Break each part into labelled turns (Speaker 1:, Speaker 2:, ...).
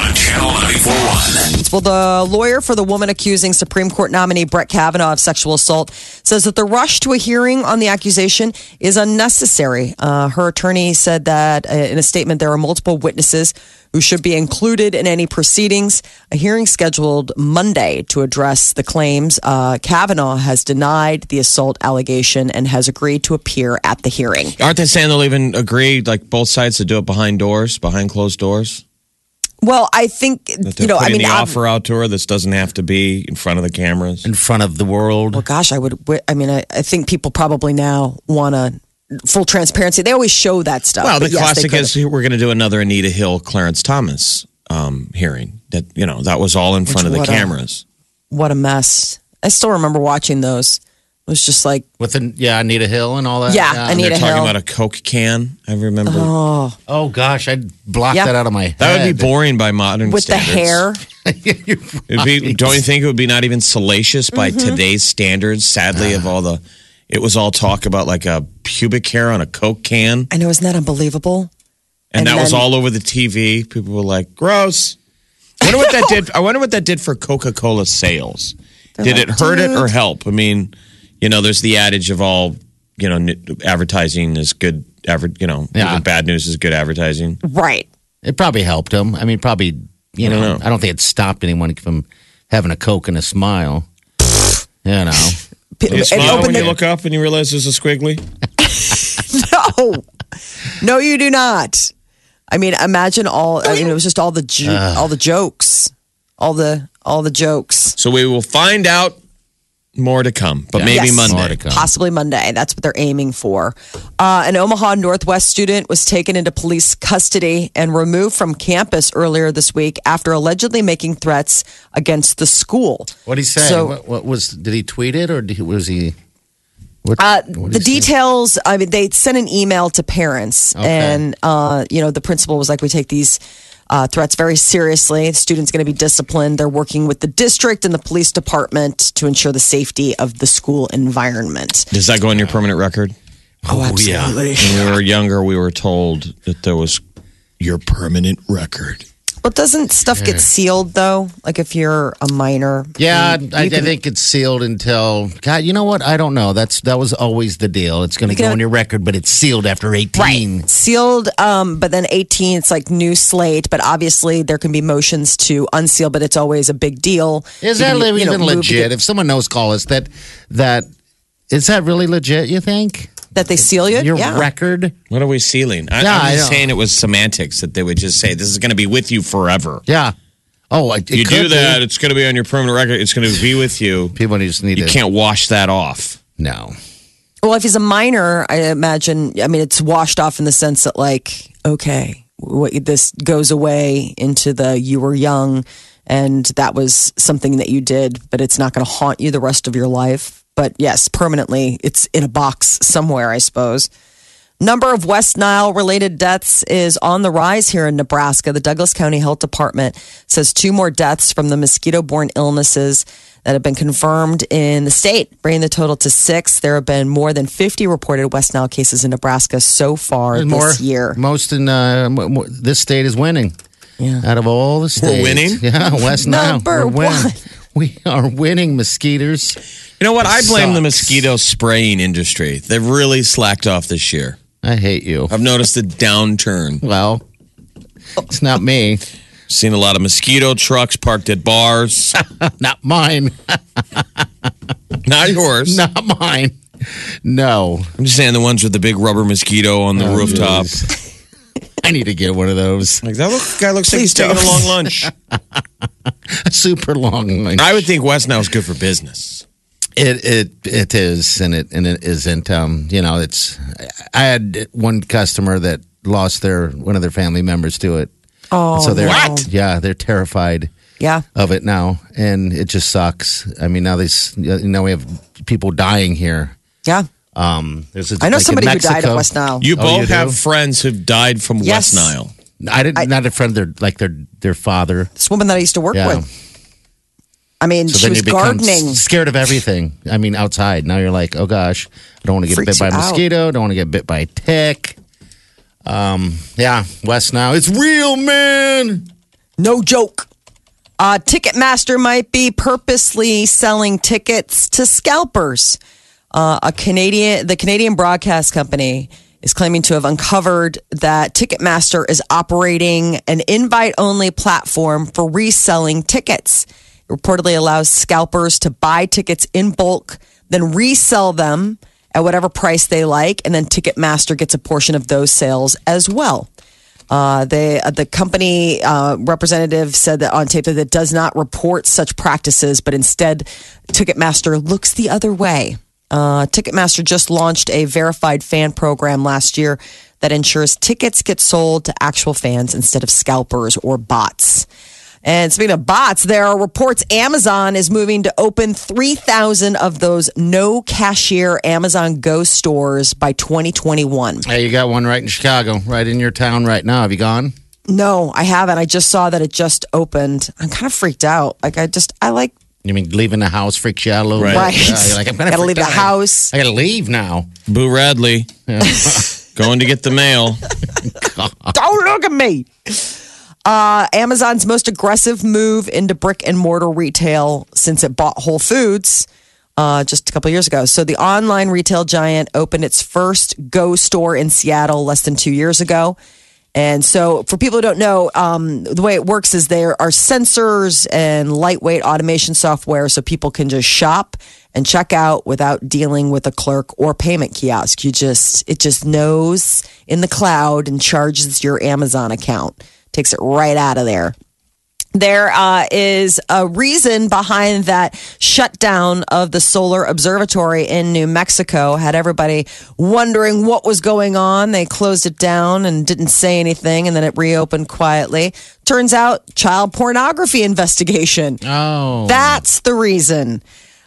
Speaker 1: on Channel 941.
Speaker 2: Well, the lawyer for the woman accusing Supreme Court nominee Brett Kavanaugh of sexual assault says that the rush to a hearing on the accusation is unnecessary. Uh, her attorney said that uh, in a statement there are multiple witnesses who should be included in any proceedings. A hearing scheduled Monday to address the claims. Uh, Kavanaugh has denied the assault allegation and has agreed to appear at the hearing.
Speaker 3: Aren't they saying they'll even agree, like both sides, to do it behind doors, behind closed doors?
Speaker 2: Well, I think
Speaker 3: That
Speaker 2: you
Speaker 3: they're
Speaker 2: know. I
Speaker 3: putting
Speaker 2: mean,
Speaker 3: the
Speaker 2: ob-
Speaker 3: offer out to her. This doesn't have to be in front of the cameras.
Speaker 4: in front of the world.
Speaker 2: Well, Oh, gosh, I would. I mean, I, I think people probably now want to full transparency. They always show that stuff.
Speaker 3: Well, the
Speaker 2: but yes, they
Speaker 3: classic
Speaker 2: could
Speaker 3: is we're going to do another Anita Hill, Clarence Thomas um, hearing. That you know that was all in front of the
Speaker 2: what a-
Speaker 3: cameras.
Speaker 2: have. What a mess! I still remember watching those. It was just like,
Speaker 4: With an, yeah, Anita Hill and all that.
Speaker 2: Yeah,
Speaker 3: And
Speaker 2: Anita
Speaker 3: uh, they're talking
Speaker 2: Hill.
Speaker 3: about a Coke can. I remember
Speaker 2: oh,
Speaker 4: Oh gosh, I'd block
Speaker 2: Yeah.
Speaker 4: that out of my head.
Speaker 3: that would be boring by modern
Speaker 2: with
Speaker 3: standards.
Speaker 2: the hair.
Speaker 4: You're
Speaker 3: It'd be,
Speaker 4: right.
Speaker 3: don't you think it would be not even salacious by
Speaker 2: Mm-hmm.
Speaker 3: today's standards? Sadly, of all the, it was all talk about like a pubic hair on a Coke can,
Speaker 2: I know, isn't that unbelievable? And
Speaker 3: and, that was
Speaker 2: then-
Speaker 3: all over the TV. People were like, "Gross." I wonder what that did. I wonder what that did for Coca Cola sales. did it hurt it or help? I mean, you know, there's the adage of all, you know, n- advertising is good. Adver- you know,
Speaker 4: Yeah.
Speaker 3: even bad news is good advertising.
Speaker 2: Right.
Speaker 4: It probably helped him. I mean, probably you know, I don't,
Speaker 3: know.
Speaker 4: think it stopped anyone from having a coke and a smile. you know,
Speaker 2: P-
Speaker 3: You
Speaker 2: it
Speaker 3: smile when
Speaker 2: opened
Speaker 3: you look up and you realize there's a squiggly.
Speaker 2: the- no, no, you do not. I mean, imagine all. I mean, it was just all the jo- all the jokes, all the all the jokes.
Speaker 3: So we will find out more to come, but maybe
Speaker 2: Yes.
Speaker 3: Monday.
Speaker 4: More to come.
Speaker 2: Possibly Monday. That's what they're aiming for. Uh, an Omaha Northwest student was taken into police custody and removed from campus earlier this week after allegedly making threats against the school.
Speaker 4: what he say?
Speaker 2: So-
Speaker 4: what, what was? Did he tweet it or did he, was he? What,
Speaker 2: Uh,
Speaker 4: what
Speaker 2: the
Speaker 4: did he say?
Speaker 2: details, I mean, they sent an email to parents,
Speaker 4: Okay.
Speaker 2: and, uh, you know, the principal was like, we take these. Uh, threats very seriously. The student's going to be disciplined. They're working with the district and the police department to ensure the safety of the school environment.
Speaker 3: Does that go on your permanent record?
Speaker 2: Oh, absolutely.
Speaker 3: When we were younger, we were told that there was your permanent record.
Speaker 2: Well, doesn't stuff get sealed though? Like if you're a minor,
Speaker 4: Yeah,
Speaker 2: you-
Speaker 4: I,
Speaker 2: you
Speaker 4: I
Speaker 2: can-
Speaker 4: think it's sealed until God. You know what? I don't know. That's that was always the deal. It's going to go
Speaker 2: gotta-
Speaker 4: on your record, but it's sealed after eighteen.
Speaker 2: sealed. Um, but then 18, it's like new slate. But obviously, there can be motions to unseal, but it's always a big deal.
Speaker 4: Is
Speaker 2: You
Speaker 4: that
Speaker 2: can,
Speaker 4: even
Speaker 2: you know, move to
Speaker 4: legit?
Speaker 2: get-
Speaker 4: If someone knows, call us. That that is that really legit? You think
Speaker 2: that they seal you?
Speaker 4: your
Speaker 2: yeah.
Speaker 4: record?
Speaker 3: What are we sealing? I,
Speaker 4: Yeah,
Speaker 3: I'm
Speaker 4: I
Speaker 3: just
Speaker 4: know.
Speaker 3: saying it was semantics that they would just say, this is going to be with you forever.
Speaker 4: Yeah. Oh, it, it
Speaker 3: you do
Speaker 4: could be.
Speaker 3: that, it's going to be on your permanent record. It's going to be with you.
Speaker 4: People just need
Speaker 3: You
Speaker 4: to.
Speaker 3: can't wash that off.
Speaker 4: No.
Speaker 2: Well, if he's a minor, I imagine. I mean, it's washed off in the sense that, like, okay, what this goes away into the you were young, and that was something that you did, but it's not going to haunt you the rest of your life. But yes, permanently, it's in a box somewhere, I suppose. Number of West Nile related deaths is on the rise here in Nebraska. The Douglas County Health Department says two more deaths from the mosquito borne illnesses that have been confirmed in the state, bringing the total to six. There have been more than 50 reported West Nile cases in Nebraska so far
Speaker 4: There's
Speaker 2: this
Speaker 4: more.
Speaker 2: year.
Speaker 4: Most in uh, mo- mo- this state is winning.
Speaker 2: Yeah.
Speaker 4: Out of all the states,
Speaker 3: winning?
Speaker 4: Yeah, West Nile.
Speaker 2: Number
Speaker 4: We're winning.
Speaker 2: one.
Speaker 4: We are winning mosquitoes.
Speaker 3: You know what? I blame the
Speaker 4: sucks.
Speaker 3: mosquito spraying industry. They've really slacked off this year.
Speaker 4: I hate you.
Speaker 3: I've noticed a downturn.
Speaker 4: Well, it's not me,
Speaker 3: Seen a lot of mosquito trucks parked at bars.
Speaker 4: not mine,
Speaker 3: Not yours.
Speaker 4: not mine. No, Oh,
Speaker 3: I'm just saying the ones with the big rubber mosquito on the rooftop.
Speaker 4: I need to get one of those.
Speaker 3: Like that look, guy looks like
Speaker 2: Please
Speaker 3: he's taking a
Speaker 2: don't.
Speaker 3: long lunch.
Speaker 4: A super long one.
Speaker 3: I would think Westnow's good for business.
Speaker 4: It it it is, and it and it isn't. Um, you know, it's. I had one customer that lost their one of their family members to it.
Speaker 2: Oh,
Speaker 4: so they're
Speaker 2: wow.
Speaker 4: yeah, they're terrified
Speaker 2: Yeah.
Speaker 4: of it now, and it just sucks. I mean, now these now we have people dying here.
Speaker 2: Yeah.
Speaker 4: Um, there's a,
Speaker 2: I know
Speaker 4: like in
Speaker 2: somebody who died
Speaker 4: Mexico-
Speaker 2: at West Nile.
Speaker 3: You
Speaker 4: Oh,
Speaker 3: both
Speaker 4: you do?
Speaker 3: have friends who've died from
Speaker 2: Yes.
Speaker 3: West Nile.
Speaker 4: I didn't not a friend. Their like their their father.
Speaker 2: this woman that I used to work
Speaker 4: Yeah.
Speaker 2: with. I mean,
Speaker 4: So
Speaker 2: she
Speaker 4: then
Speaker 2: was
Speaker 4: you become
Speaker 2: gardening.
Speaker 4: s- scared of everything. I mean, outside. Now you're like, oh gosh, I don't want to get
Speaker 2: Freaks
Speaker 4: bit by a
Speaker 2: you out.
Speaker 4: mosquito. Don't want to get bit by a tick. Um, yeah, West now. It's real, man.
Speaker 2: No joke. Uh, Ticketmaster might be purposely selling tickets to scalpers. Uh, a Canadian, the Canadian broadcast company is claiming to have uncovered that Ticketmaster is operating an invite-only platform for reselling tickets. It reportedly allows scalpers to buy tickets in bulk, then resell them at whatever price they like, and then Ticketmaster gets a portion of those sales as well. Uh, they, uh, the company uh, representative said that on tape that it does not report such practices, but instead, Ticketmaster looks the other way. Uh, Ticketmaster just launched a verified fan program last year that ensures tickets get sold to actual fans instead of scalpers or bots. And speaking of bots, there are reports Amazon is moving to open 3,000 of those no cashier Amazon Go stores by 2021.
Speaker 4: Hey, you got one right in Chicago, right in your town right now. Have you gone?
Speaker 2: No, I haven't. I just saw that it just opened. I'm kind of freaked out. Like I just, I like
Speaker 4: You mean leaving the house freaks you out a little bit?
Speaker 2: Right.
Speaker 4: Yeah, you're like, I'm gonna
Speaker 2: Gotta leave the
Speaker 4: freak out.
Speaker 2: house.
Speaker 4: I gotta leave now.
Speaker 3: Boo Radley going to get the mail.
Speaker 2: don't look at me. Uh, Amazon's most aggressive move into brick and mortar retail since it bought Whole Foods uh, just a couple years ago. So the online retail giant opened its first Go store in Seattle less than two years ago. And so, for people who don't know, um, the way it works is there are sensors and lightweight automation software so people can just shop and check out without dealing with a clerk or payment kiosk. You just, it just knows in the cloud and charges your Amazon account, takes it right out of there there uh, is a reason behind that shutdown of the solar observatory in New Mexico. Had everybody wondering what was going on. They closed it down and didn't say anything, and then it reopened quietly. Turns out, child pornography investigation.
Speaker 4: Oh,
Speaker 2: That's the reason.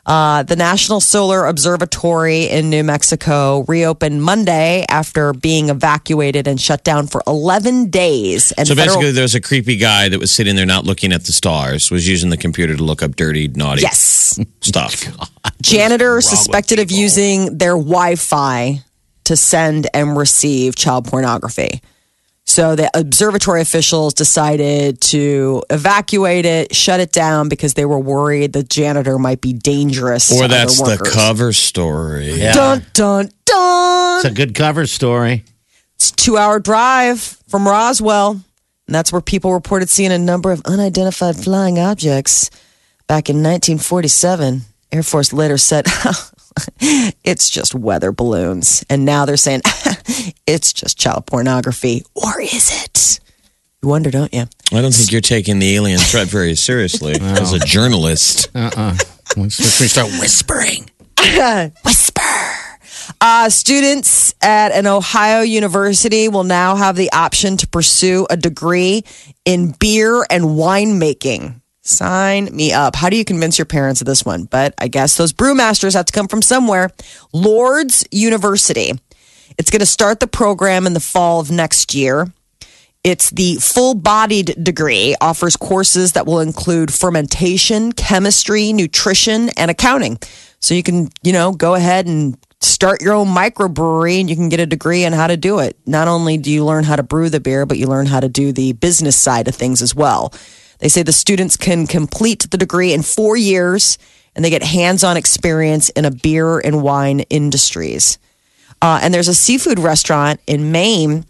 Speaker 2: Uh, the National Solar Observatory in New Mexico reopened Monday after being evacuated and shut down for 11 days. And
Speaker 3: So
Speaker 2: federal-
Speaker 3: basically, there's a creepy guy that was sitting there not looking at the stars, was using the computer to look up dirty, naughty
Speaker 2: yes.
Speaker 3: stuff.
Speaker 2: janitor suspected of using their Wi-Fi to send and receive child pornography. So the observatory officials decided to evacuate it, shut it down because they were worried the janitor might be dangerous. to
Speaker 3: Or
Speaker 2: other
Speaker 3: that's the
Speaker 2: workers.
Speaker 3: cover story.
Speaker 2: Dun dun dun!
Speaker 4: it's a good cover story.
Speaker 2: It's a two-hour drive from Roswell, and that's where people reported seeing a number of unidentified flying objects back in 1947. Air Force later said, "It's just weather balloons," and now they're saying, "It's just child pornography." Or is it? You wonder, don't you?
Speaker 3: I don't think you're taking the alien threat very seriously as a journalist.
Speaker 4: Once once we start whispering.
Speaker 2: Whisper. Uh, students at an Ohio university will now have the option to pursue a degree in beer and winemaking. Sign me up. How do you convince your parents of this one? But I guess those brewmasters have to come from somewhere. Lords University. It's going to start the program in the fall of next year. It's the full bodied degree, offers courses that will include fermentation, chemistry, nutrition, and accounting. So you can, you know, go ahead and start your own microbrewery and you can get a degree in how to do it. Not only do you learn how to brew the beer, but you learn how to do the business side of things as well. They say the students can complete the degree in four years and they get hands on experience in a beer and wine industries. Uh, and there's a seafood restaurant in Maine.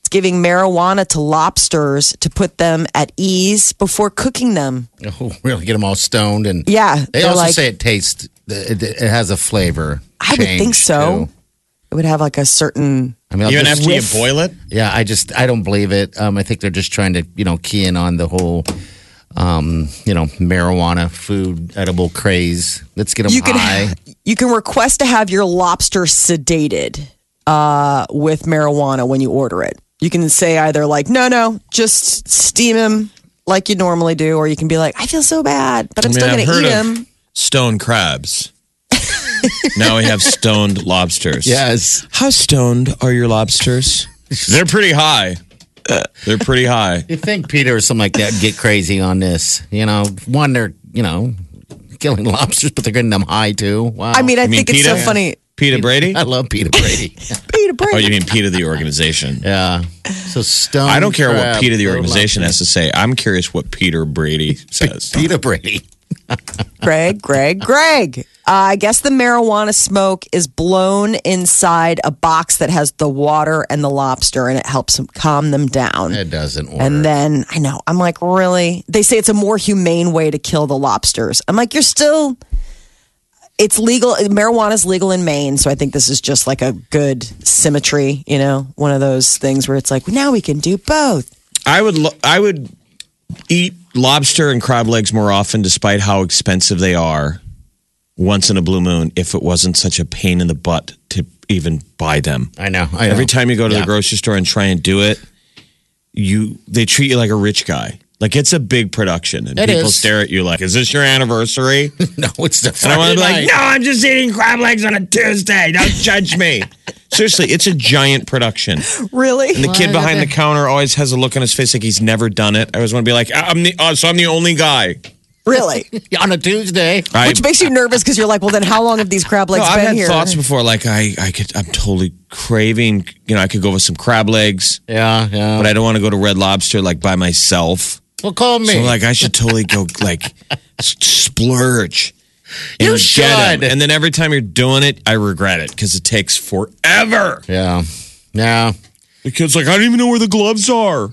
Speaker 2: It's giving marijuana to lobsters to put them at ease before cooking them.
Speaker 4: Oh, really get them all stoned and
Speaker 2: Yeah,
Speaker 4: They
Speaker 2: they're
Speaker 4: also
Speaker 2: like-
Speaker 4: say it tastes. It, it has a flavor.
Speaker 2: I would think
Speaker 4: change,
Speaker 2: so.
Speaker 4: too.
Speaker 2: It would have like a certain.
Speaker 4: I mean, I'll
Speaker 3: Even
Speaker 4: just-
Speaker 3: after you boil it?
Speaker 4: Yeah, I just I don't believe it. Um, I think they're just trying to you know key in on the whole um, you know marijuana food edible craze. Let's get them
Speaker 2: You can
Speaker 4: high.
Speaker 2: you can request to have your lobster sedated uh, with marijuana when you order it. You can say either like, no, no, just steam him like you normally do, or you can be like, I feel so bad, but I'm still
Speaker 3: I've
Speaker 2: going to
Speaker 3: heard
Speaker 2: eat
Speaker 3: of
Speaker 2: him.
Speaker 3: Stone crabs. now we have stoned lobsters.
Speaker 4: yes,
Speaker 3: How stoned are your lobsters? They're pretty high. They're pretty high.
Speaker 4: you think Peter or something like that would get crazy on this? You know, one they're you know killing lobsters, but they're getting them high too. Wow.
Speaker 2: I mean, I
Speaker 3: You mean
Speaker 2: think it's so
Speaker 3: PETA?
Speaker 2: funny.
Speaker 3: Peter Brady?
Speaker 4: I love Peter Brady.
Speaker 2: Peter
Speaker 3: Oh,
Speaker 2: Brady.
Speaker 3: you mean Peter the organization?
Speaker 4: yeah, so stoned.
Speaker 3: I don't care
Speaker 4: crab,
Speaker 3: what Peter the
Speaker 4: they're
Speaker 3: organization has to say. I'm curious what Peter Brady says.
Speaker 4: lobster. Peter Brady.
Speaker 2: Greg, Greg, Greg. Uh, I guess the marijuana smoke is blown inside a box that has the water and the lobster, and it helps them calm them down.
Speaker 4: That doesn't work.
Speaker 2: And then I know, I'm like, really? They say it's a more humane way to kill the lobsters. I'm like, you're still, it's legal. Marijuana's legal in Maine. So I think this is just like a good symmetry, you know, one of those things where it's like, now we can do both.
Speaker 3: I would lo- I would eat lobster and crab legs more often, despite how expensive they are. Once in a blue moon, if it wasn't such a pain in the butt to even buy them.
Speaker 4: I know. I know.
Speaker 3: Every time you go to
Speaker 4: Yeah.
Speaker 3: the grocery store and try and do it, you they treat you like a rich guy. Like it's a big production, and
Speaker 4: It
Speaker 3: people
Speaker 4: is.
Speaker 3: stare at you like, "Is this your anniversary?"
Speaker 4: no, it's the
Speaker 3: And I want to be like,
Speaker 4: Friday
Speaker 3: "No,
Speaker 4: night.
Speaker 3: I'm just eating crab legs on a Tuesday. Don't judge me." Seriously, it's a giant production.
Speaker 2: Really?
Speaker 3: The kid behind the counter always has a look on his face like he's never done it. I always want to be like, I'm the, oh, so I'm the only guy.
Speaker 2: Really?
Speaker 4: on a Tuesday.
Speaker 3: I,
Speaker 2: Which makes you nervous because you're like, well, then how long have these crab
Speaker 3: no,
Speaker 2: legs
Speaker 3: I've
Speaker 2: been
Speaker 3: had
Speaker 2: here?
Speaker 3: thoughts before, like I, I could, I'm totally craving. You know, I could go with some crab legs,
Speaker 4: Yeah, yeah.
Speaker 3: but I don't want to go to Red Lobster like by myself.
Speaker 4: well, call me.
Speaker 3: So like, I should totally go like s- splurge.
Speaker 4: You
Speaker 3: and get 'em.
Speaker 4: should.
Speaker 3: And then every time you're doing it, I regret it because it takes forever.
Speaker 4: yeah, yeah.
Speaker 3: The kid's like, I don't even know where the gloves are.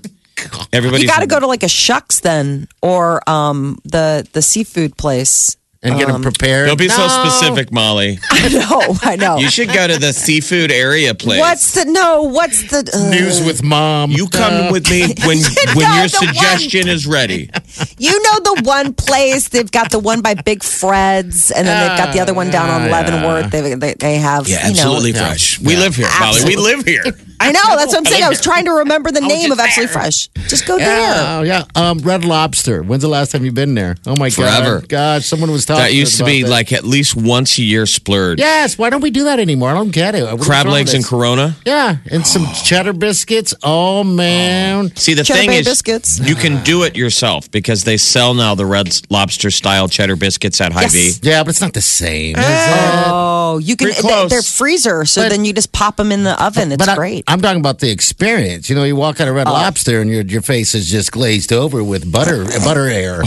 Speaker 3: Everybody,
Speaker 2: You got to go to like a shucks then, or um, the the seafood place.
Speaker 4: And get them
Speaker 3: Um,
Speaker 4: prepared.
Speaker 3: Don't be so
Speaker 4: No.
Speaker 3: specific, Molly.
Speaker 2: I know, I know.
Speaker 3: You should go to the seafood area place.
Speaker 2: What's the no? What's the uh,
Speaker 4: News with mom.
Speaker 3: You come
Speaker 4: Uh,
Speaker 3: with me when when
Speaker 2: No,
Speaker 3: your
Speaker 2: the one-
Speaker 3: suggestion is ready.
Speaker 2: You know the one place they've got the one by Big Fred's, and then they've got the other one down on Leavenworth. They they, they have You know,
Speaker 3: fresh. We live here, Molly. We live here.
Speaker 2: I know that's what I'm saying. I was trying to remember the name of
Speaker 4: just
Speaker 2: Absolutely
Speaker 4: there.
Speaker 2: Fresh. Just go there.
Speaker 4: Yeah, yeah. Um, Red Lobster. When's the last time you've been there? Oh my
Speaker 3: Forever.
Speaker 4: god! Gosh, someone was talking.
Speaker 3: That used to
Speaker 4: about
Speaker 3: be
Speaker 4: that.
Speaker 3: like at least once a year splurge.
Speaker 4: Yes. Why don't we do that anymore? I don't get it. What is
Speaker 3: Crab
Speaker 4: wrong
Speaker 3: legs and
Speaker 4: with
Speaker 3: Oh.
Speaker 4: this?
Speaker 3: Corona.
Speaker 4: yeah, and some cheddar biscuits. Oh man.
Speaker 3: See, the
Speaker 2: Cheddar
Speaker 3: thing
Speaker 2: Bay
Speaker 3: is,
Speaker 2: biscuits.
Speaker 3: you can do it yourself because they sell now the red lobster style cheddar biscuits at Hy-Vee.
Speaker 2: Yes.
Speaker 4: Yeah, but it's not the same.
Speaker 2: Oh, you can.
Speaker 3: Pretty
Speaker 2: They,
Speaker 3: close.
Speaker 2: they're freezer, so then you just pop them in the oven. It's
Speaker 4: but I,
Speaker 2: great.
Speaker 4: I'm talking about the experience. You know, you walk out of Red
Speaker 3: Oh.
Speaker 4: Lobster and your your face is just glazed over with butter butter air.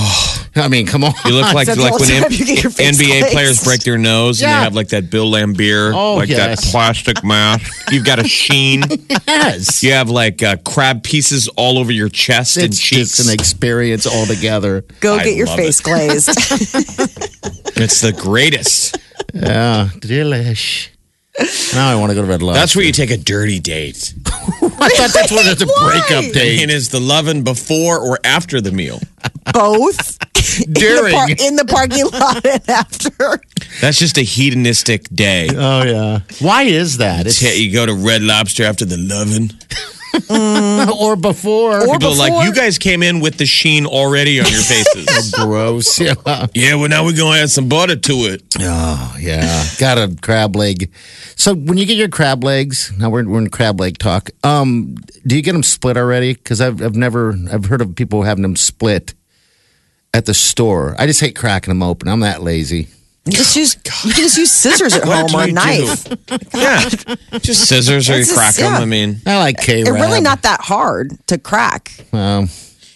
Speaker 4: I mean, come on.
Speaker 3: Oh. You look like
Speaker 2: That's
Speaker 3: like
Speaker 2: all
Speaker 3: when
Speaker 2: time
Speaker 3: N-
Speaker 2: you get your face
Speaker 3: NBA
Speaker 2: glazed.
Speaker 3: players break their nose and
Speaker 4: Yeah.
Speaker 3: they have like that Bill Lambier,
Speaker 4: Oh,
Speaker 3: like
Speaker 4: yes.
Speaker 3: that plastic mask. You've got a sheen.
Speaker 4: yes.
Speaker 3: You have like uh, crab pieces all over your chest and
Speaker 4: It's
Speaker 3: cheeks.
Speaker 4: just an experience altogether.
Speaker 2: go
Speaker 3: I
Speaker 2: get your
Speaker 3: love
Speaker 2: face
Speaker 3: it.
Speaker 2: glazed.
Speaker 3: It's the greatest.
Speaker 4: Yeah, delish. Now I want to go to Red Lobster.
Speaker 3: That's where you take a dirty date.
Speaker 4: I thought that's where there's a
Speaker 2: Why?
Speaker 4: breakup
Speaker 3: And
Speaker 4: date.
Speaker 3: is the loving before or after the meal?
Speaker 2: Both in,
Speaker 4: During.
Speaker 2: the par- in the parking lot and after.
Speaker 3: That's just a hedonistic day.
Speaker 4: Oh yeah. Why is that?
Speaker 3: It's- you go to Red Lobster after the loving.
Speaker 4: or before.
Speaker 2: Or
Speaker 3: People are like,
Speaker 2: before.
Speaker 3: you guys came in with the sheen already on your faces.
Speaker 4: gross. Yeah.
Speaker 3: yeah, well, now we're going to add some butter to it.
Speaker 4: Oh yeah. Got a crab leg. So when you get your crab legs, now we're, we're in crab leg talk. Um, do you get them split already? Because I've I've never I've heard of people having them split at the store. I just hate cracking them open. I'm that lazy.
Speaker 2: You just use you can just use scissors at
Speaker 3: What
Speaker 2: home or a
Speaker 3: do you
Speaker 2: knife.
Speaker 3: do? yeah. Just scissors or you
Speaker 2: It's just-
Speaker 3: crack them.
Speaker 2: yeah.
Speaker 3: I mean,
Speaker 4: I like K.
Speaker 2: They're really not that hard to crack.
Speaker 4: Um,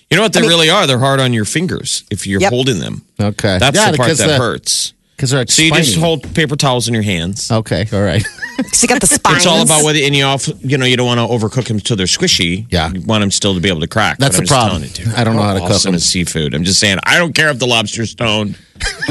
Speaker 3: you know what they really are? They're hard on your fingers if you're
Speaker 2: Yep.
Speaker 3: holding them.
Speaker 4: okay.
Speaker 3: That's
Speaker 4: Yeah,
Speaker 3: the part
Speaker 4: because
Speaker 3: that
Speaker 4: the-
Speaker 3: hurts.
Speaker 4: because they're like
Speaker 3: So you
Speaker 4: spiny.
Speaker 3: just hold paper towels in your hands.
Speaker 4: Okay, all right.
Speaker 2: Because you got the spines.
Speaker 3: It's all about whether, and you also, you know, you don't want to overcook them till they're squishy.
Speaker 4: Yeah.
Speaker 3: you want them still to be able to crack.
Speaker 4: That's
Speaker 3: but I'm
Speaker 4: the problem.
Speaker 3: just telling you, dude,
Speaker 4: I don't know how to cook
Speaker 3: awesome
Speaker 4: 'em.
Speaker 3: is seafood. I'm just saying, I don't care if the lobster's stoned.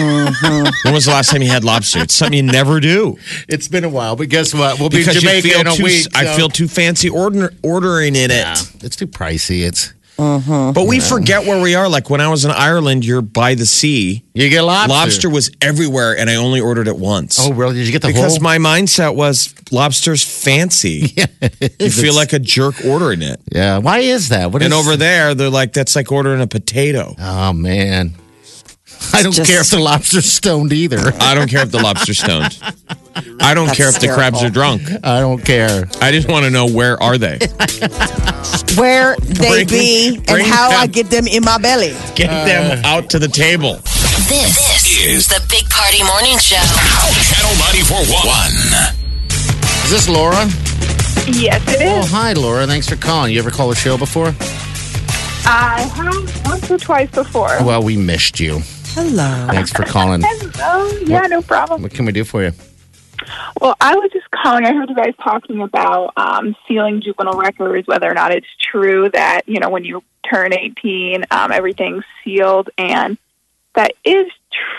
Speaker 3: when was the last time you had lobster? It's something you never do
Speaker 4: It's been a while, but guess what? We'll be
Speaker 3: because
Speaker 4: in Jamaica
Speaker 3: you feel
Speaker 4: in a
Speaker 3: too.
Speaker 4: week.
Speaker 3: I
Speaker 4: so-
Speaker 3: feel too fancy order, ordering in it.
Speaker 4: it's too pricey. It's
Speaker 3: But we forget where we are. Like when I was in Ireland, you're by the sea.
Speaker 4: you get lobster.
Speaker 3: Lobster was everywhere, and I only ordered it once.
Speaker 4: Oh, really? Did you get the
Speaker 3: Because
Speaker 4: whole?
Speaker 3: my mindset was lobster's fancy. you feel like a jerk ordering it.
Speaker 4: yeah. Why is that? What is
Speaker 3: And over there, they're like, that's like ordering a potato.
Speaker 4: Oh man, I don't
Speaker 2: Just-
Speaker 4: care if the lobster's stoned either.
Speaker 3: I don't care if the lobster's stoned. I don't
Speaker 2: That's
Speaker 3: care if the crabs are
Speaker 2: hysterical.
Speaker 3: drunk.
Speaker 4: I don't care.
Speaker 3: I just want to know where are they?
Speaker 2: where they
Speaker 3: Bring-
Speaker 2: be and
Speaker 3: bring
Speaker 2: how I
Speaker 3: them.
Speaker 2: get them in my belly.
Speaker 3: Get them out to the table.
Speaker 5: This, is the Big Party Morning Show.
Speaker 1: Channel 941.
Speaker 4: Is this Laura?
Speaker 6: Yes, it
Speaker 4: Oh,
Speaker 6: is.
Speaker 4: hi, Laura. Thanks for calling. You ever call the show before?
Speaker 6: I have once or twice before.
Speaker 4: Well, we missed you.
Speaker 2: Hello.
Speaker 4: Thanks for calling.
Speaker 6: Oh, yeah, no problem.
Speaker 4: What can we do for you?
Speaker 6: Well, I was just calling. I heard you guys talking about um, sealing juvenile records, whether or not it's true that, you know, when you turn 18, um, everything's sealed. And that is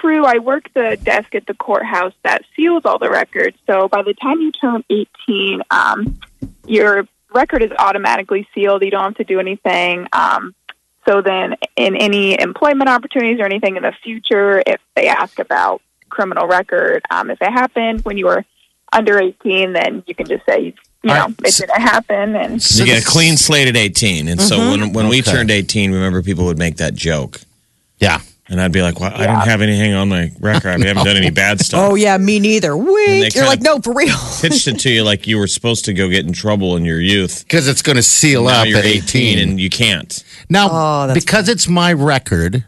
Speaker 6: true. I work the desk at the courthouse that seals all the records. So by the time you turn 18, um, your record is automatically sealed. You don't have to do anything. Um, so then, in any employment opportunities or anything in the future, if they ask about criminal record, um, if it happened when you were under 18, then you can just say, you know,
Speaker 4: All right.
Speaker 6: it didn't happen. And
Speaker 3: You get a clean slate at 18. And so when, when we
Speaker 4: Okay.
Speaker 3: turned 18, remember people would make that joke.
Speaker 4: Yeah.
Speaker 3: And I'd be like, well, I don't have anything on my record. I haven't done any bad stuff.
Speaker 2: Oh yeah, me neither. Wink. You're
Speaker 3: kinda-
Speaker 2: like, no, for real.
Speaker 3: pitched it to you like you were supposed to go get in trouble in your youth.
Speaker 4: Because it's going to seal
Speaker 3: Now
Speaker 4: up
Speaker 3: you're
Speaker 4: at
Speaker 3: 18
Speaker 4: 18.
Speaker 3: and you can't.
Speaker 4: now,
Speaker 2: Oh, that's
Speaker 4: because it's my record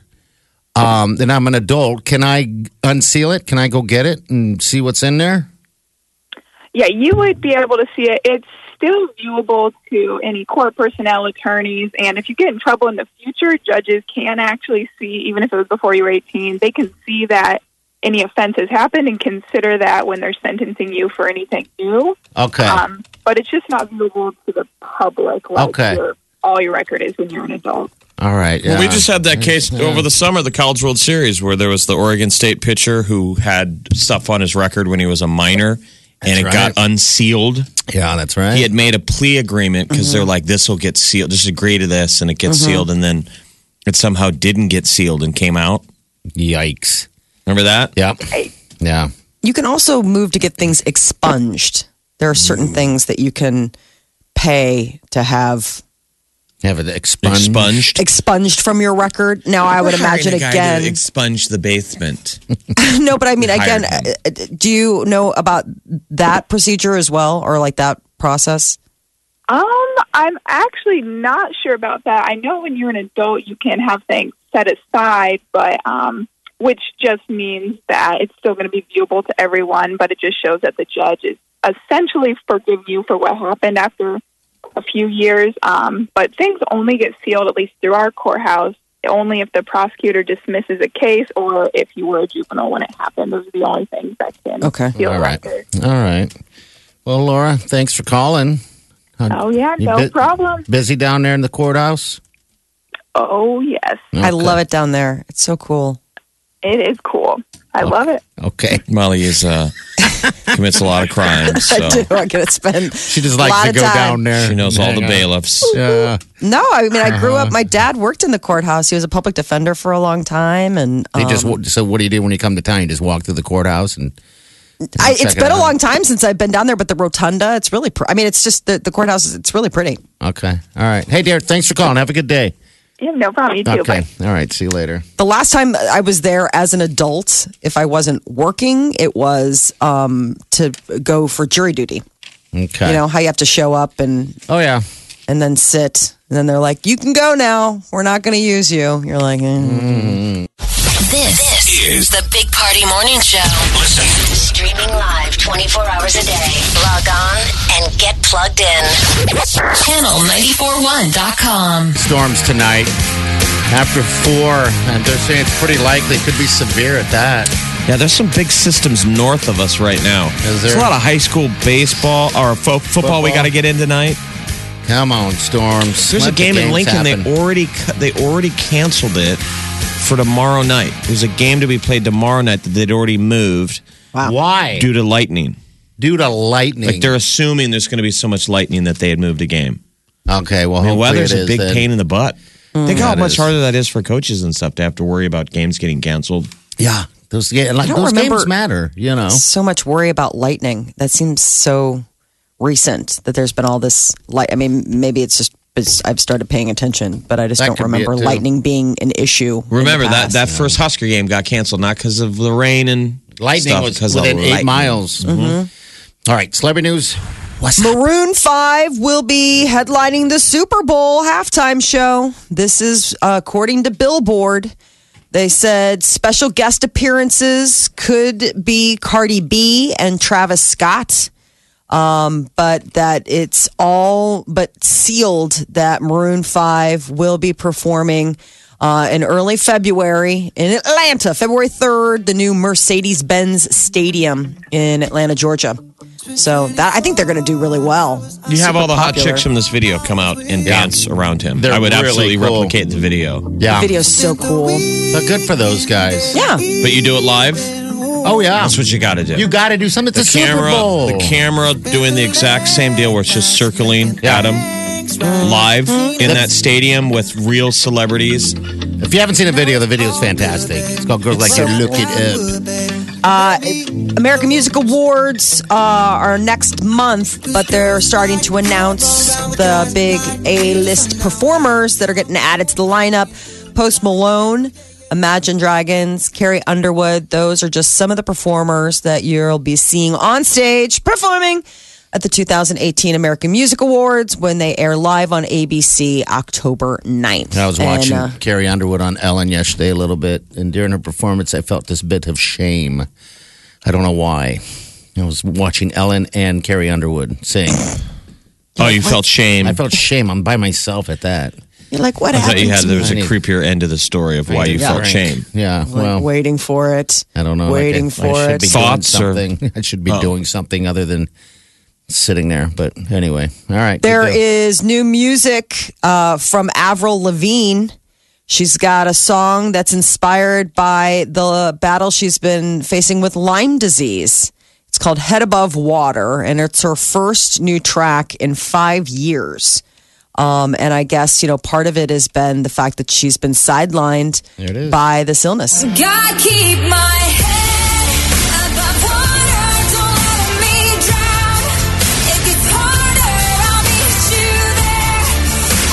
Speaker 4: um, and I'm an adult, can I unseal it? Can I go get it and see what's in there?
Speaker 6: Yeah, you would be able to see it. It's still viewable to any court personnel, attorneys, and if you get in trouble in the future, judges can actually see, even if it was before you were 18, they can see that any offense has happened and consider that when they're sentencing you for anything new.
Speaker 4: Okay.
Speaker 3: Uh,
Speaker 6: Um, but it's just not viewable to the public like
Speaker 4: Okay.
Speaker 6: your, all your record is when you're an adult.
Speaker 4: All right.
Speaker 3: Well, we
Speaker 4: yeah.
Speaker 3: just had that case over the summer, the College World Series, where there was the Oregon State pitcher who had stuff on his record when he was a minor. and it
Speaker 4: That's
Speaker 3: got
Speaker 4: right.
Speaker 3: unsealed.
Speaker 4: Yeah, that's right.
Speaker 3: He had made a plea agreement because they're
Speaker 4: Mm-hmm.
Speaker 3: like, "This will get sealed. Just agree to this, and it gets sealed." And then it somehow didn't get sealed and came out.
Speaker 4: Yikes.
Speaker 3: Remember that?
Speaker 4: Yep. Yeah.
Speaker 2: You can also move to get things expunged. There are certain
Speaker 3: Mm.
Speaker 2: things that you can pay to have
Speaker 4: Have it expunged.
Speaker 3: Expunged.
Speaker 2: expunged from your record. Now, I would
Speaker 3: We're hiring
Speaker 2: imagine
Speaker 3: a guy
Speaker 2: again.
Speaker 3: to expunge the basement.
Speaker 2: no, but I mean,
Speaker 3: hired
Speaker 2: again, uh, uh, do you know about that procedure as well or like that process?
Speaker 6: Um, I'm actually not sure about that. I know when you're an adult, you can have things set aside, but um, which just means that it's still going to be viewable to everyone. But it just shows that the judge is essentially forgive you for what happened after a few years. Um, but things only get sealed, at least through our courthouse, only if the prosecutor dismisses a case or if you were a juvenile when it happened. Those are the only things that can
Speaker 2: Okay.
Speaker 6: seal
Speaker 4: All
Speaker 6: the
Speaker 4: right.
Speaker 6: record.
Speaker 4: All right. Well, Laura, thanks for calling.
Speaker 6: Oh yeah,
Speaker 4: You
Speaker 6: no
Speaker 4: bit-
Speaker 6: problem.
Speaker 4: Busy down there in the courthouse?
Speaker 6: Oh yes,
Speaker 2: I love it down there. It's so cool.
Speaker 6: it is cool. I love it.
Speaker 4: Okay.
Speaker 3: Molly is uh, commits a lot of crimes, so
Speaker 2: I do. I could spend.
Speaker 4: She just
Speaker 2: a
Speaker 4: likes
Speaker 2: lot
Speaker 4: to
Speaker 2: of
Speaker 4: go
Speaker 2: time.
Speaker 4: down there.
Speaker 3: she knows all the
Speaker 4: Hang
Speaker 3: bailiffs.
Speaker 4: out. Yeah.
Speaker 2: No, I mean, I grew
Speaker 4: Uh-huh.
Speaker 2: up. My dad worked in the courthouse. He was a public defender for a long time, and
Speaker 4: They
Speaker 2: um,
Speaker 4: just wa- so what do you do when you come to town? You just walk through the courthouse and
Speaker 2: I, it's
Speaker 4: check it
Speaker 2: been a
Speaker 4: out.
Speaker 2: long time since I've been down there. But the rotunda, it's really. Pr- I mean, it's just the, the courthouse. is- It's really pretty.
Speaker 4: okay. All right. Hey, Derek. Thanks for calling. Have a good day.
Speaker 6: Yeah, no problem. You too. Bye.
Speaker 4: Okay. All right. See you later.
Speaker 2: The last time I was there as an adult, if I wasn't working, it was um, to go for jury duty.
Speaker 4: Okay.
Speaker 2: You know how you have to show up and
Speaker 4: oh yeah.
Speaker 2: and then sit, and then they're like, "You can go now. We're not going to use you." You're like, eh.
Speaker 5: This, is the Big Party Morning Show.
Speaker 1: Listen.
Speaker 5: Streaming live 24 hours a day. Log on and get plugged in. Channel941.com.
Speaker 4: Storms tonight after four, and they're saying it's pretty likely. Could be severe at that.
Speaker 3: Yeah, there's some big systems north of us right now.
Speaker 4: Is
Speaker 3: There's
Speaker 4: there?
Speaker 3: a lot of high school baseball or fo- football, we got
Speaker 4: Football.
Speaker 3: to get in tonight.
Speaker 4: Come on, Storms.
Speaker 3: There's
Speaker 4: Let
Speaker 3: a
Speaker 4: the
Speaker 3: game in
Speaker 4: games
Speaker 3: Lincoln.
Speaker 4: happen.
Speaker 3: They already cu- they already canceled it for tomorrow night. There's a game to be played tomorrow night that they'd already moved
Speaker 4: Why?
Speaker 3: due to lightning.
Speaker 4: Due to lightning.
Speaker 3: Like they're assuming there's going to be so much lightning that they had moved a game.
Speaker 4: okay, well,
Speaker 3: I mean,
Speaker 4: hopefully
Speaker 3: weather's
Speaker 4: it
Speaker 3: a
Speaker 4: is
Speaker 3: big
Speaker 4: then.
Speaker 3: pain in the butt. Think how
Speaker 4: That
Speaker 3: much
Speaker 4: is.
Speaker 3: harder that is for coaches and stuff to have to worry about games getting canceled.
Speaker 4: Yeah, those ga- like
Speaker 2: don't
Speaker 4: those
Speaker 2: remember-
Speaker 4: games matter. You know,
Speaker 2: so much worry about lightning. That seems so recent that there's been all this light. I mean, maybe it's just it's, I've started paying attention, but I just
Speaker 4: That
Speaker 2: don't
Speaker 4: could be
Speaker 2: remember
Speaker 4: it, too.
Speaker 2: lightning being an issue. in the
Speaker 3: Remember that
Speaker 2: past.
Speaker 3: that first Husker game got canceled not because of the rain and
Speaker 4: lightning
Speaker 3: stuff,
Speaker 4: was
Speaker 3: 'cause of
Speaker 4: within eight
Speaker 3: lightning. Mm-hmm.
Speaker 4: miles. All right, celebrity news. What's up?
Speaker 2: Maroon 5 will be headlining the Super Bowl halftime show. This is uh, according to Billboard. They said special guest appearances could be Cardi B and Travis Scott, um, but that it's all but sealed that Maroon 5 will be performing. Uh, in early February in Atlanta, February 3rd, the new Mercedes Benz Stadium in Atlanta, Georgia. So that I think they're going to do really well.
Speaker 3: You have all the hot
Speaker 2: popular.
Speaker 3: chicks from this video come out and dance around him.
Speaker 4: They're
Speaker 3: I would
Speaker 4: really
Speaker 3: absolutely
Speaker 4: cool.
Speaker 3: replicate the video.
Speaker 4: Yeah,
Speaker 2: Video's so cool.
Speaker 4: but good for those guys.
Speaker 2: Yeah.
Speaker 3: But you do it live?
Speaker 4: Oh yeah,
Speaker 3: That's what you got to do.
Speaker 4: you got to do something. It's
Speaker 3: the
Speaker 4: a Super
Speaker 3: camera,
Speaker 4: Bowl.
Speaker 3: the camera doing the exact same deal where it's just circling
Speaker 4: Yeah.
Speaker 3: at him live in that stadium with real celebrities.
Speaker 4: if you haven't seen the video, the video's fantastic. It's called "Girls Like You." Look it up.
Speaker 2: American Music Awards uh, are next month, but they're starting to announce the big A list performers that are getting added to the lineup. Post Malone, Imagine Dragons, Carrie Underwood. Those are just some of the performers that you'll be seeing on stage performing at the 2018 American Music Awards when they air live on ABC October 9th.
Speaker 4: I was
Speaker 2: And,
Speaker 4: watching
Speaker 2: uh,
Speaker 4: Carrie Underwood on Ellen yesterday a little bit, and during her performance, I felt this bit of shame. I don't know why. I was watching Ellen and Carrie Underwood sing.
Speaker 3: Oh, you felt shame.
Speaker 4: I felt shame. I'm by myself at that.
Speaker 2: you're like, what
Speaker 3: I thought
Speaker 2: happened
Speaker 3: you had
Speaker 2: to
Speaker 3: there
Speaker 2: me?
Speaker 3: was a
Speaker 4: I need-
Speaker 3: creepier end to the story of why you
Speaker 4: Yeah.
Speaker 3: felt shame.
Speaker 4: Yeah.
Speaker 2: Like,
Speaker 4: Well,
Speaker 2: waiting for it.
Speaker 4: I don't know. like,
Speaker 2: Waiting
Speaker 4: I-
Speaker 2: for
Speaker 4: I should
Speaker 2: it.
Speaker 4: Be
Speaker 3: Thoughts or- Oh.
Speaker 4: doing something. I should be doing something other than sitting there. But anyway, all right.
Speaker 2: There
Speaker 4: good deal.
Speaker 2: is new music uh, from Avril Lavigne. She's got a song that's inspired by the battle she's been facing with Lyme disease. It's called Head Above Water, and it's her first new track in five years. Um, and I guess, you know, part of it has been the fact that she's been sidelined
Speaker 4: There it is.
Speaker 2: by this illness.
Speaker 7: God keep my head above water. Don't let me drown. It gets harder. I'll meet you there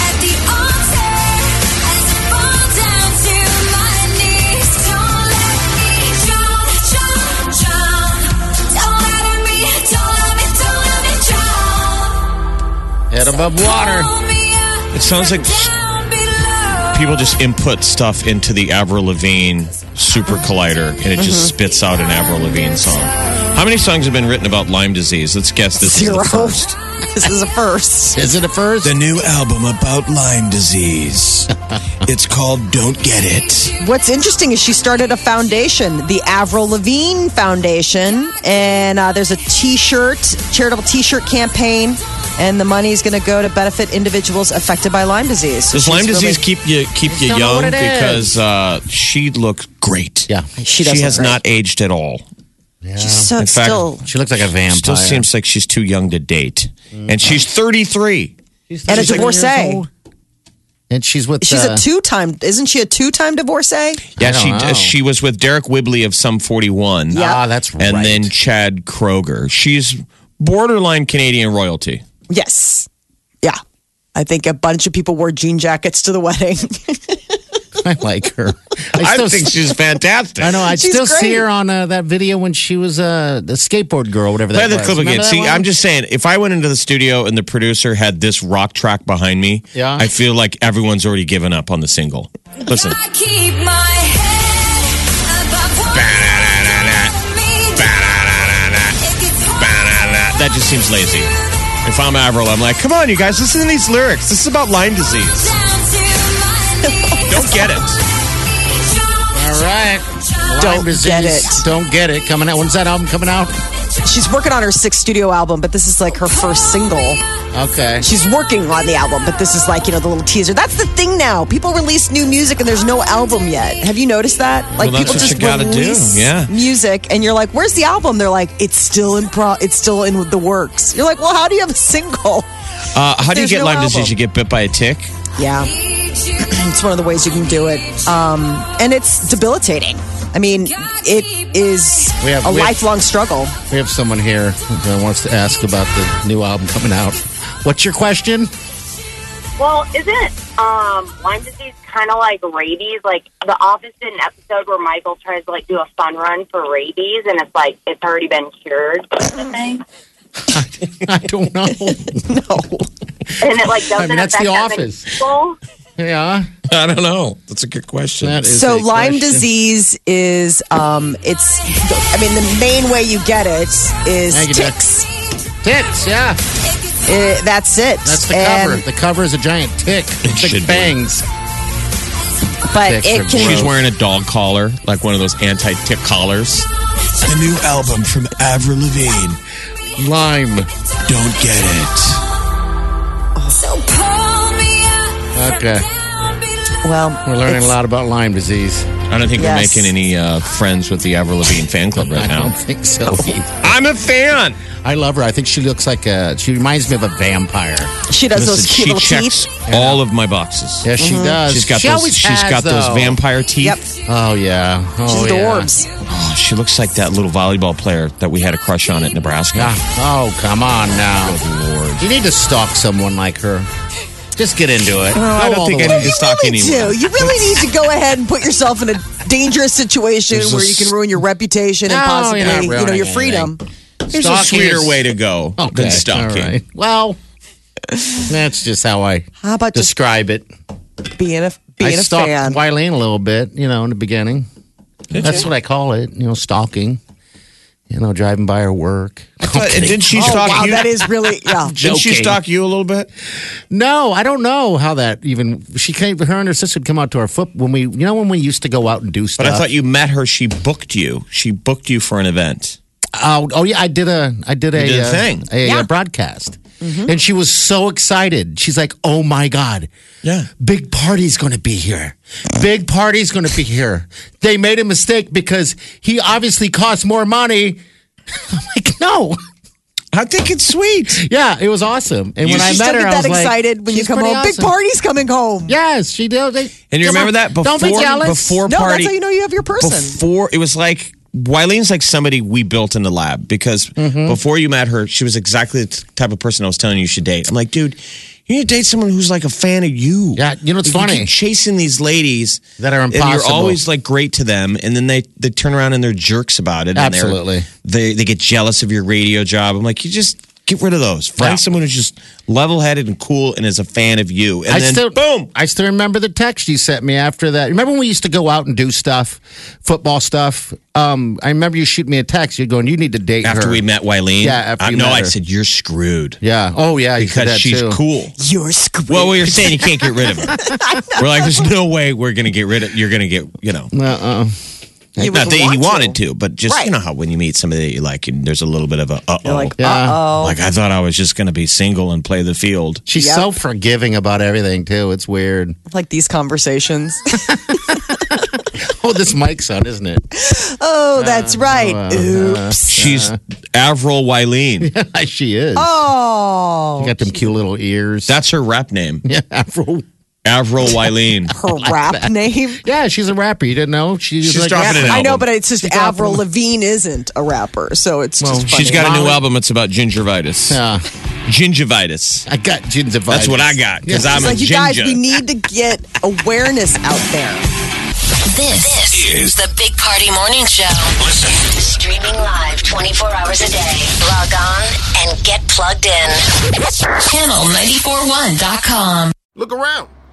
Speaker 7: at the altar as I fall down to my knees. Don't let me drown, drown, drown. Don't let me, don't let me, don't let me drown.
Speaker 4: head above water.
Speaker 7: Pull me up
Speaker 3: It sounds
Speaker 7: from
Speaker 3: like s-
Speaker 7: down below.
Speaker 3: People just input stuff into the Avril Lavigne Super Collider, and it just spits out an Avril Lavigne song. How many songs have been written about Lyme disease? Let's guess this
Speaker 2: Zero.
Speaker 3: is the first.
Speaker 2: This is a first.
Speaker 4: Is it a first?
Speaker 1: The new album about Lyme disease. it's called Don't Get It.
Speaker 2: What's interesting is she started a foundation, the Avril Lavigne Foundation, and uh, there's a T-shirt, charitable T-shirt campaign, and the money is going to go to benefit individuals affected by Lyme disease. So
Speaker 3: Does
Speaker 2: she's
Speaker 3: Lyme
Speaker 2: really-
Speaker 3: disease keep you keep you
Speaker 4: don't know
Speaker 3: young?
Speaker 4: what it is.
Speaker 3: Because uh, she looks great.
Speaker 4: yeah.
Speaker 2: She does. look
Speaker 3: has
Speaker 2: great.
Speaker 3: not aged at all.
Speaker 2: She's so
Speaker 3: In fact,
Speaker 2: still
Speaker 4: She looks like a vampire.
Speaker 3: Still seems like she's too young to date, and she's thirty three.
Speaker 2: and a
Speaker 4: she's like years
Speaker 2: divorcee.
Speaker 4: old. and she's with.
Speaker 2: She's
Speaker 4: uh,
Speaker 2: a two-time. Isn't she a two-time divorcee?
Speaker 3: Yeah,
Speaker 4: I don't
Speaker 3: she uh,
Speaker 4: know.
Speaker 3: she was with Derek Wibley of some forty one.
Speaker 4: Ah, that's right.
Speaker 3: and then Chad Kroger. She's borderline Canadian royalty.
Speaker 2: Yes. Yeah. I think a bunch of people wore jean jackets to the wedding.
Speaker 4: I like her.
Speaker 3: I,
Speaker 4: still
Speaker 3: think she's fantastic.
Speaker 4: I know. I
Speaker 2: She's
Speaker 4: still see
Speaker 2: great.
Speaker 4: her on uh, that video when she was uh, the skateboard girl, whatever
Speaker 3: Play
Speaker 4: that
Speaker 3: the
Speaker 4: was.
Speaker 3: clip again.
Speaker 4: Remember that
Speaker 3: See,
Speaker 4: one?
Speaker 3: I'm just saying, if I went into the studio and the producer had this rock track behind me,
Speaker 4: Yeah.
Speaker 3: I feel like everyone's already given up on the single. Listen,
Speaker 7: I keep my head above water.
Speaker 3: that just seems lazy. If I'm Avril, I'm like, come on, you guys, listen to these lyrics. This is about Lyme disease.
Speaker 7: Don't
Speaker 3: Don't get it.
Speaker 4: All right.
Speaker 2: Don't
Speaker 4: Lyme disease.
Speaker 2: get it.
Speaker 4: Don't get it. Coming out. When's that album coming out?
Speaker 2: She's working on her sixth studio album, but this is like her first single.
Speaker 4: Okay.
Speaker 2: She's working on the album, but this is like, you know, the little teaser. That's the thing now. People release new music and there's no album yet. Have you noticed that? Like
Speaker 3: Well, that's
Speaker 2: people
Speaker 3: what
Speaker 2: just
Speaker 3: you gotta do,
Speaker 2: release
Speaker 3: yeah.
Speaker 2: music and you're like, "Where's the album?" They're like, "It's still in pro it's still in the works." You're like, "Well, how do you have a single?"
Speaker 3: Uh, how do you
Speaker 2: There's
Speaker 3: get
Speaker 2: no
Speaker 3: Lyme
Speaker 2: album.
Speaker 3: disease? You get bit by a tick?
Speaker 2: Yeah. it's one of the ways you can do it. Um, and it's debilitating. I mean, it is
Speaker 4: We have-
Speaker 2: a
Speaker 4: we have-
Speaker 2: lifelong struggle.
Speaker 4: We have someone here that wants to ask about the new album coming out. What's your question?
Speaker 8: Well, isn't um, Lyme disease kind of like rabies? Like The Office did an episode where Michael tries to like do a fun run for rabies, and it's like it's already been cured, and
Speaker 4: I don't know.
Speaker 8: it like doesn't
Speaker 4: I mean, that's
Speaker 8: affect that
Speaker 4: The
Speaker 8: many
Speaker 4: Office.
Speaker 8: people.
Speaker 4: yeah.
Speaker 3: I don't know. That's a good question.
Speaker 4: That is
Speaker 2: so
Speaker 4: a
Speaker 2: Lyme
Speaker 4: question.
Speaker 2: disease is um it's I mean the main way you get it is
Speaker 4: Thank you, Jack.
Speaker 2: ticks.
Speaker 4: Tits, yeah.
Speaker 2: Uh, that's it.
Speaker 4: That's the
Speaker 2: And-
Speaker 4: cover. The cover is a giant tick. It
Speaker 3: should be.
Speaker 4: Six bangs.
Speaker 2: But
Speaker 4: Ticks
Speaker 2: it
Speaker 4: are
Speaker 2: can
Speaker 3: She's
Speaker 4: gross.
Speaker 3: wearing a dog collar, like one of those anti-tick collars.
Speaker 1: The new album from Avril Lavigne.
Speaker 4: Lyme.
Speaker 1: Don't get it.
Speaker 4: Okay.
Speaker 2: well
Speaker 4: We're learning
Speaker 2: it's-
Speaker 4: a lot about Lyme disease.
Speaker 3: I don't think
Speaker 2: Yes.
Speaker 3: we're making any uh, friends with the Avril Lavigne fan club right
Speaker 4: I don't
Speaker 3: now.
Speaker 4: think so. either.
Speaker 3: I'm a fan.
Speaker 4: I love her. I think she looks like a. She reminds me of a vampire.
Speaker 2: She does
Speaker 3: Listen,
Speaker 2: those cute
Speaker 3: she
Speaker 2: little
Speaker 3: checks
Speaker 2: teeth.
Speaker 3: all of my boxes.
Speaker 4: Yes, she does.
Speaker 3: She's got
Speaker 4: she
Speaker 3: those.
Speaker 4: always
Speaker 3: She's
Speaker 4: has,
Speaker 3: got those
Speaker 4: though.
Speaker 3: vampire teeth.
Speaker 2: Yep,
Speaker 4: Oh yeah. Oh,
Speaker 2: she's
Speaker 4: yeah.
Speaker 2: adorbs.
Speaker 3: Oh, she looks like that little volleyball player that we had a crush on at Nebraska.
Speaker 4: Yeah. Oh come on now.
Speaker 3: Lord.
Speaker 4: You need to stalk someone like her. Just get into it.
Speaker 3: I don't think I need to stalk
Speaker 2: You
Speaker 3: anyone.
Speaker 2: do. You really need to go ahead and put yourself in a dangerous situation
Speaker 3: There's a
Speaker 2: where you can
Speaker 3: s-
Speaker 2: ruin your reputation and
Speaker 4: No,
Speaker 2: possibly
Speaker 4: you're not
Speaker 2: you know
Speaker 4: ruining
Speaker 2: your freedom.
Speaker 3: There's a sweeter way to go than stalking.
Speaker 4: Well, that's just how I
Speaker 2: How about just
Speaker 4: describe it.
Speaker 2: being a
Speaker 4: I
Speaker 2: being a
Speaker 4: stalked
Speaker 2: fan?
Speaker 4: Wileen a little bit, you know, in the beginning. That's what I call it, you know, stalking. You know, driving by her work.
Speaker 3: But didn't she
Speaker 2: Oh
Speaker 3: stalk
Speaker 2: wow,
Speaker 3: you?
Speaker 2: that is really yeah.
Speaker 3: didn't she
Speaker 4: joking.
Speaker 3: stalk you a little bit?
Speaker 4: No, I don't know how that even. She came. Her and her sister would come out to our foot when we, you know, when we used to go out and do stuff.
Speaker 3: But I thought you met her. She booked you. She booked you for an event.
Speaker 4: Oh, oh yeah, I did a, I did a,
Speaker 3: did a
Speaker 4: uh,
Speaker 3: thing.
Speaker 4: a,
Speaker 2: Yeah. Mm-hmm.
Speaker 4: uh, broadcast, and she was so excited. She's like, "Oh my god,
Speaker 3: Yeah.
Speaker 4: big party's going to be here. Big party's going to be here." They made a mistake because he obviously cost more money. I'm like, no,
Speaker 3: I think it's sweet.
Speaker 4: yeah, it was awesome. And
Speaker 3: You
Speaker 4: when I
Speaker 2: You
Speaker 4: met
Speaker 2: still
Speaker 4: her,
Speaker 2: get
Speaker 4: I was
Speaker 2: that
Speaker 4: like,
Speaker 2: excited when you
Speaker 4: "She's
Speaker 2: come
Speaker 4: pretty
Speaker 2: home. Big
Speaker 4: awesome."
Speaker 2: party's coming home.
Speaker 4: Yes, she did.
Speaker 3: And you remember that before
Speaker 4: Don't be jealous.
Speaker 3: before
Speaker 2: No,
Speaker 3: party
Speaker 2: that's how you know you have your person.
Speaker 3: before it was like Wileen's like somebody we built in the lab because
Speaker 4: Mm-hmm.
Speaker 3: before you met her, she was exactly the t- type of person I was telling you you should date. I'm like, dude, you need to date someone who's like a fan of you.
Speaker 4: Yeah, you know, it's
Speaker 3: If you
Speaker 4: funny.
Speaker 3: keep chasing these ladies
Speaker 4: That are
Speaker 3: And you're
Speaker 4: impossible.
Speaker 3: always like great to them, and then they they turn around and they're jerks about it. and they're-
Speaker 4: Absolutely.
Speaker 3: they they get jealous of your radio job. I'm like, you just. Get rid of those. Find
Speaker 4: Yeah.
Speaker 3: someone who's just level-headed and cool, and is a fan of you. And then, boom.
Speaker 4: I still remember the text you sent me after that. Remember when we used to go out and do stuff, football stuff? Um, I remember you shoot me a text. You're going, you need to date
Speaker 3: After
Speaker 4: her.
Speaker 3: we met Wileen,
Speaker 4: Yeah, after
Speaker 3: I
Speaker 4: you
Speaker 3: no,
Speaker 4: met
Speaker 3: I
Speaker 4: her.
Speaker 3: said you're screwed
Speaker 4: Yeah. Oh, yeah. You said
Speaker 3: because
Speaker 4: that
Speaker 3: she's
Speaker 4: too.
Speaker 3: cool.
Speaker 2: You're screwed.
Speaker 3: Well, we were saying you can't get rid of her. we're like, there's no way we're gonna get rid of. You're gonna get, you know,
Speaker 4: Uh-uh.
Speaker 2: You
Speaker 3: not
Speaker 2: would
Speaker 3: that he
Speaker 2: want
Speaker 3: wanted to, but just
Speaker 2: Right.
Speaker 3: you know how when you meet somebody that you like, and there's a little bit of a uh oh.
Speaker 2: You're like,
Speaker 3: Like,
Speaker 4: Yeah.
Speaker 2: uh oh.
Speaker 3: I thought I was just gonna be single and play the field.
Speaker 4: She's
Speaker 2: Yep.
Speaker 4: so forgiving about everything, too. It's weird.
Speaker 2: Like these conversations.
Speaker 4: Oh, this mic's on, isn't it?
Speaker 2: oh, that's right. Oops.
Speaker 3: She's Avril Wileen.
Speaker 4: she is.
Speaker 2: Oh,
Speaker 4: She got them cute little ears.
Speaker 3: That's her rap name,
Speaker 4: yeah, Afro.
Speaker 3: Avril Wileen.
Speaker 2: her rap name.
Speaker 4: Yeah, she's a rapper. You didn't know? She's,
Speaker 3: She's
Speaker 4: like,
Speaker 3: dropping an
Speaker 4: yeah.
Speaker 2: I know,
Speaker 3: album.
Speaker 2: but it's just Avril Lavigne isn't a rapper, so it's just funny.
Speaker 3: She's got a new album. It's about gingivitis.
Speaker 4: Yeah.
Speaker 3: Gingivitis.
Speaker 4: I got gingivitis.
Speaker 3: That's what I got because I'm
Speaker 2: It's
Speaker 3: a
Speaker 2: like you guys,
Speaker 3: ginger.
Speaker 2: we need to get awareness out there.
Speaker 5: This, is the Big Party Morning Show. Listen. Streaming live 24 hours a day. Log on and get plugged in. Channel941.com.
Speaker 9: Look around.